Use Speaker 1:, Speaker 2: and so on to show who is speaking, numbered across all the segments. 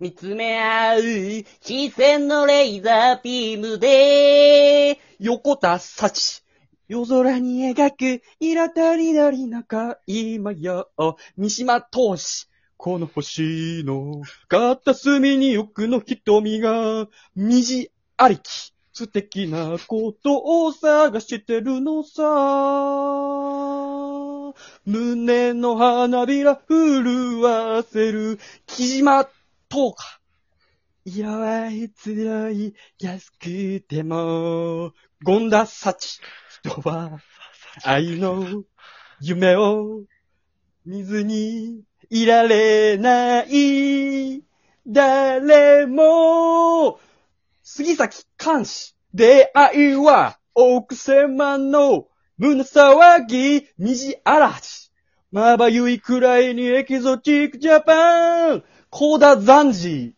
Speaker 1: 見つめ合う視線のレイザービームで、横田幸。夜空に描く色とりどりの恋模様。三島投資。この星の片隅に奥の瞳が、虹ありき。素敵なことを探してるのさ。胸の花びら震わせる、木島とか。色は移ろい、安くても、ゴンダサチ。人は、愛の 夢を、水にいられない。誰も、杉崎監視。出会いは、奥様の胸騒ぎ、虹嵐。まばゆいくらいにエキゾチックジャパン。コーダザンジ。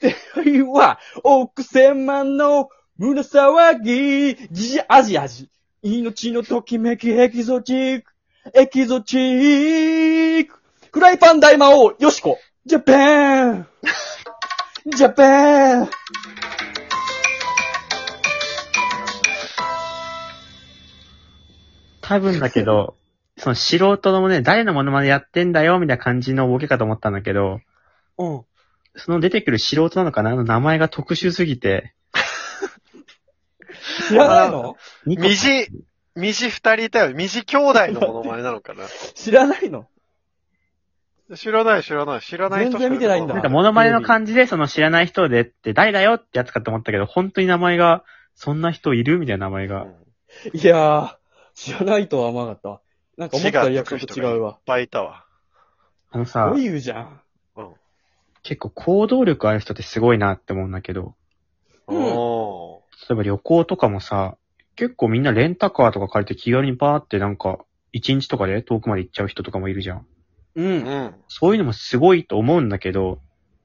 Speaker 1: 出会いは、奥様の胸騒ぎ、ジジアジアジ。命のときめきエキゾチック、エキゾチック。フライパン大魔王、よしこ。ジャパン。ジャパン。
Speaker 2: 多分だけど、その素人のね、誰のモノマネやってんだよ、みたいな感じのボケかと思ったんだけど、
Speaker 1: うん。
Speaker 2: その出てくる素人なのかなあの名前が特殊すぎて、
Speaker 1: 知らないの
Speaker 2: ニコ
Speaker 3: みじ、みじ二人いたよ。みじ兄弟のモノマネなのかな
Speaker 1: 知らないの
Speaker 3: 知らない、知らない、知らない人しか
Speaker 1: 全然見てないんだ
Speaker 2: なんかモノマネの感じで、その知らない人でって、誰だよってやつかと思ったけど、本当に名前が、そんな人いるみたいな名前
Speaker 3: うん
Speaker 2: が
Speaker 3: い。っ
Speaker 1: いやー、知らないとは思わなかったわ。なんか思ったリアクションと違うわ。
Speaker 3: ぱいいたわ。
Speaker 2: あの
Speaker 1: ど
Speaker 2: さ
Speaker 1: う、いうじゃん。
Speaker 3: うん。
Speaker 2: 結構行動力ある人ってすごいなって思うんだけど、
Speaker 1: うん
Speaker 3: お
Speaker 2: 例えば旅行とかもさ、結構みんなレンタカーとか借りて気軽にバーってなんか、一日とかで遠くまで行っちゃう人とかもいるじゃん。
Speaker 1: う。
Speaker 3: ーうんん。
Speaker 2: そういうのもすごいと思うんだけど、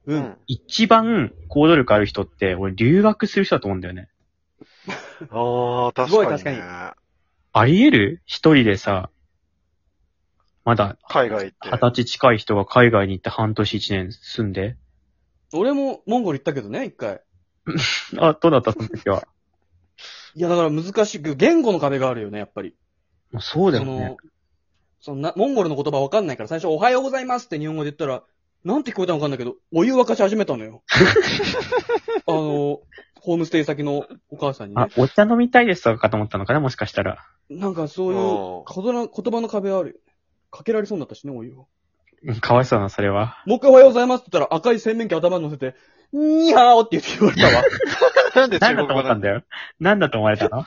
Speaker 1: う。
Speaker 3: うんん。
Speaker 2: 一番行動力ある人って、俺留学する人だと思うんだよね。
Speaker 3: ああ、
Speaker 1: すごい
Speaker 3: 確かに、ね。
Speaker 1: 確
Speaker 2: あり得る一人でさ、まだ
Speaker 3: 海外行
Speaker 2: 二
Speaker 3: って。
Speaker 2: 十歳近い人が海外に行って半年一年住んで。
Speaker 1: 俺もモンゴル行ったけどね、一回。
Speaker 2: あ、どうだったその時は。
Speaker 1: いや、だから難しく、言語の壁があるよね、やっぱり。
Speaker 2: まあそうだよ
Speaker 1: そ
Speaker 2: ね
Speaker 1: の。、そんな、モンゴルの言葉わかんないから、最初おはようございますって日本語で言ったら、なんて聞こえたのかわかんないけど、お湯沸かし始めたの よ。あの、ホームステイ先のお母さんに
Speaker 2: あ
Speaker 1: ね。、
Speaker 2: お茶飲みたいですとかと思ったのかなもしかしたら。
Speaker 1: なんかそういう
Speaker 3: お
Speaker 1: 言葉の言葉の壁あるよね。かけられそうになったしね、お湯を。
Speaker 2: うんかわいそうだな、それは。
Speaker 1: もう一回おはようございますって言ったら赤い洗面器頭に乗せて、にゃーおって言って言われたわ。
Speaker 3: なんで
Speaker 2: なん
Speaker 3: 中
Speaker 2: だ
Speaker 3: 国
Speaker 2: と思
Speaker 3: 語
Speaker 2: った
Speaker 3: なんん
Speaker 2: だよ。なんだと思われたの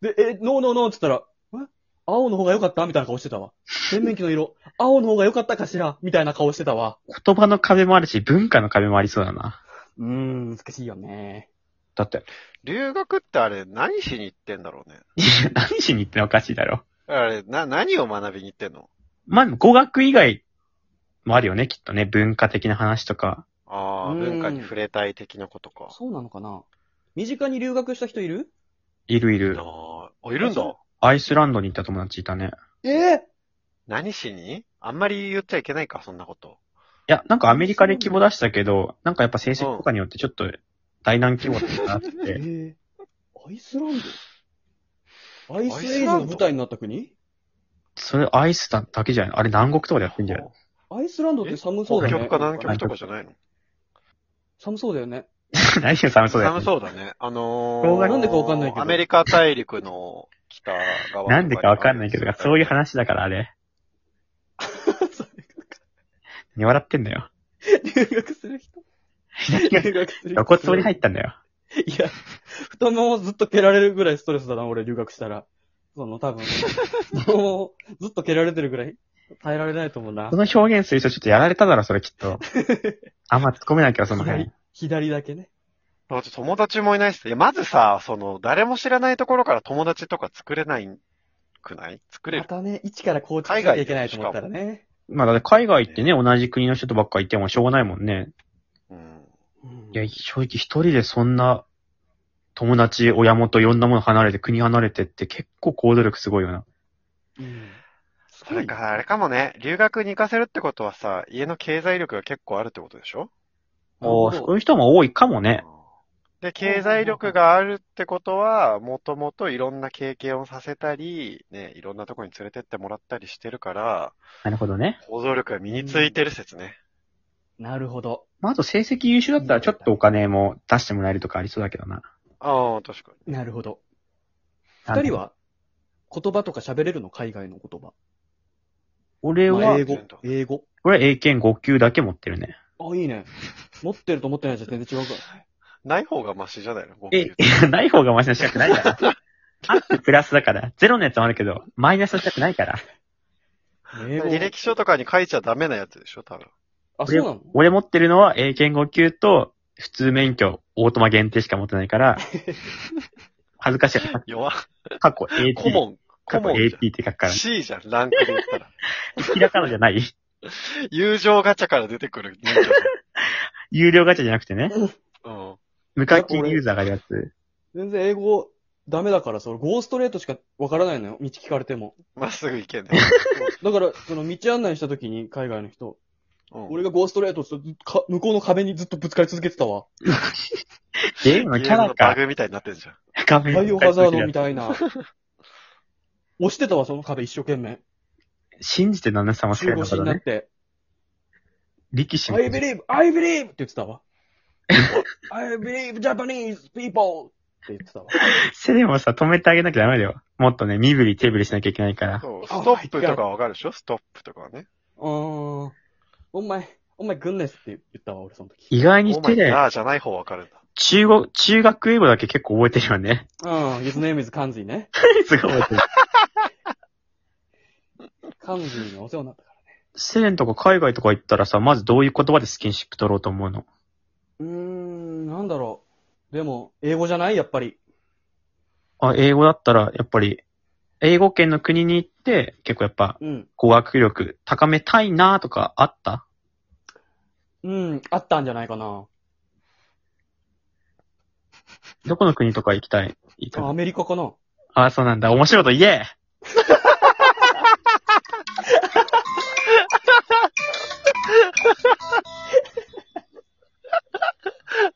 Speaker 1: で、え、ノーノーノーって言ったら、え青の方が良かったみたいな顔してたわ。洗面器の色、青の方が良かったかしらみたいな顔してたわ。
Speaker 2: 言葉の壁もあるし、文化の壁もありそうだな。
Speaker 1: うーん、難しいよね。
Speaker 2: だって、
Speaker 3: 留学ってあれ、何しに行ってんだろうね。
Speaker 2: いや何しに行ってんのおかしいだろ。
Speaker 3: あれ、な、何を学びに行ってんの
Speaker 2: まあ、語学以外もあるよね、きっとね。文化的な話とか。
Speaker 3: ああ、
Speaker 1: うん
Speaker 3: 文化に触れたい的なことか。
Speaker 1: そうなのかな身近に留学した人いる
Speaker 2: いるい
Speaker 3: いい
Speaker 2: る
Speaker 3: な。ああ、いるんだ。
Speaker 2: アイスランドに行った友達いたね。
Speaker 1: ええ
Speaker 3: 何しにあんまり言っちゃいけないか、そんなこと。
Speaker 2: いや、なんかアメリカで規模出したけど、なんかやっぱ成績とかによってちょっと大難規模だなっ
Speaker 1: え
Speaker 2: て。
Speaker 1: えアイスランドアイスエイジの舞台になった国
Speaker 2: それアイスだだけじゃないあれ南国とかでやってんじゃない
Speaker 1: アイスランドって寒そうだ
Speaker 3: 北
Speaker 1: よ
Speaker 3: 極
Speaker 1: ね
Speaker 3: か。南極とかじゃないの
Speaker 1: 寒そうだよ ね。
Speaker 2: 何が寒そうだよ
Speaker 3: 寒
Speaker 2: ね。
Speaker 3: そうだね。あの
Speaker 2: 動
Speaker 3: ー、
Speaker 2: 画
Speaker 1: なんでかわかんないけど
Speaker 3: アメリカ大陸の北側。
Speaker 2: なんでかわかんないけど、そういう。話だからあれ。何笑ってんだよ。
Speaker 1: 留学する 人留学する人。
Speaker 2: 露骨に入ったんだよ。
Speaker 1: いや、太ももずっと蹴られるぐらいストレスだな、俺留学したら。その、多 分。太ももずっと蹴られてるぐらい耐えられないと思うな
Speaker 2: そ。の表現する人ちょっとやられただろ、それき っと。あんま突っ込めないけど、その辺
Speaker 1: 左。、左だけね。
Speaker 3: だって友達もいないっす。いや、まずさ、その、誰も知らないところから友達とか作れないくない作れ
Speaker 1: ま
Speaker 3: る。
Speaker 1: たね、一から構築しなきゃいけないと思ったらね。
Speaker 2: まあ、だって海外行ってね、同じ国の人とばっかいてもしょうがないもんね。
Speaker 3: うん。
Speaker 2: いや、正直一人でそんな友達、親元、いろんなもの離れて、国離れてって結構行動力すごいよな。
Speaker 1: うん
Speaker 3: それか、あれかもね。留学に行かせるってことはさ、家の経済力が結構あるってことでしょ
Speaker 2: おーそういう人も多いかもね。
Speaker 3: で、経済力があるってことは、もともといろんな経験をさせたり、ね、いろんなとこに連れてってもらったりしてるから、
Speaker 2: なるほどね。
Speaker 3: 行動力が身についてる説ね。
Speaker 1: なるほど。
Speaker 2: まあ、あと成績優秀だったらちょっとお金も出してもらえるとかありそうだけどな。
Speaker 3: ああ、確かに。
Speaker 1: なるほど。二人は言葉とか喋れるの海外の言葉。
Speaker 2: 俺
Speaker 3: 英語
Speaker 1: まあ
Speaker 2: は
Speaker 1: 英、語。英語。
Speaker 2: 俺は英検5級だけ持ってるね。
Speaker 1: あ、いいね。持ってると持ってないじゃ全然違うから。
Speaker 3: ない方がマシじゃないの
Speaker 2: え、いやない方がマシなしたくないから。あってプラスだから。ゼロのやつもあるけど、マイナスはしたくないから。
Speaker 1: 英語。
Speaker 3: 履歴書とかに書いちゃダメなやつでしょ、多分。
Speaker 1: あ、そう
Speaker 2: 俺
Speaker 1: なの
Speaker 2: 俺持ってるのは英検5級と、普通免許、オートマ限定しか持ってないから、恥ずかしい。
Speaker 3: 弱。
Speaker 2: 過去 AT。
Speaker 3: 顧問。顧
Speaker 2: 過去
Speaker 3: 問じ
Speaker 2: AT って書くか
Speaker 3: ゃん。
Speaker 2: ら。
Speaker 3: C じゃん、ランクで言ったら。
Speaker 2: 開かのじゃない
Speaker 3: 友情ガチャから出てくる免許
Speaker 2: 有料ガチャじゃなくてね。
Speaker 3: うん。
Speaker 2: 無課金ユーザーがいるやつ。
Speaker 1: 全然英語ダメだから、そのゴーストレートしかわからないのよ。道聞かれても。
Speaker 3: まっすぐ行けね。
Speaker 1: だから、その道案内した時に海外の人、
Speaker 3: うん
Speaker 1: 俺がゴーストレートしてか向こうの壁にずっとぶつかり続けてたわ。
Speaker 2: ゲームのキャラ
Speaker 3: ゲームの
Speaker 2: か。
Speaker 3: バグみたいになってんじゃん。
Speaker 2: 画面
Speaker 1: バイオハザードみたいな。押してたわ、その壁一生懸命。
Speaker 2: 信じて旦那様好き
Speaker 1: 中
Speaker 2: な
Speaker 1: 腰
Speaker 2: 方
Speaker 1: に
Speaker 2: だ
Speaker 1: なっ
Speaker 2: ね。
Speaker 1: て。
Speaker 2: 力士も
Speaker 1: I believe, I believe! って言ってたわ。I believe Japanese people! って言ってたわ。
Speaker 2: セレもさ、止めてあげなきゃダメだよ。もっとね、身振り手振りしなきゃいけないから。
Speaker 3: そうストップとかわかるでしょストップとかはね。
Speaker 1: うーん。お前、お前、グンネスって言ったわ、俺その時。
Speaker 2: 意外に
Speaker 3: お
Speaker 2: して
Speaker 3: 前
Speaker 2: ね、
Speaker 3: なあじゃない方わかるんだ。
Speaker 2: 中国、中学英語だけ結構覚えてるよね。
Speaker 1: うん、his name is カンズイね。
Speaker 2: すごい覚えてる。
Speaker 1: カンズイにお世話になったから。
Speaker 2: セレンとか海外とか行ったらさ、まずどういう言葉でスキンシップ取ろうと思うの
Speaker 1: うーん、なんだろう。でも、英語じゃないやっぱり。
Speaker 2: あ、英語だったら、やっぱり、英語圏の国に行って、結構やっぱ、
Speaker 1: うん。
Speaker 2: 語学力高めたいなとかあった
Speaker 1: うん、あったんじゃないかな。
Speaker 2: どこの国とか行きたい
Speaker 1: あアメリカかな。
Speaker 2: あ、そうなんだ。面白いこと言え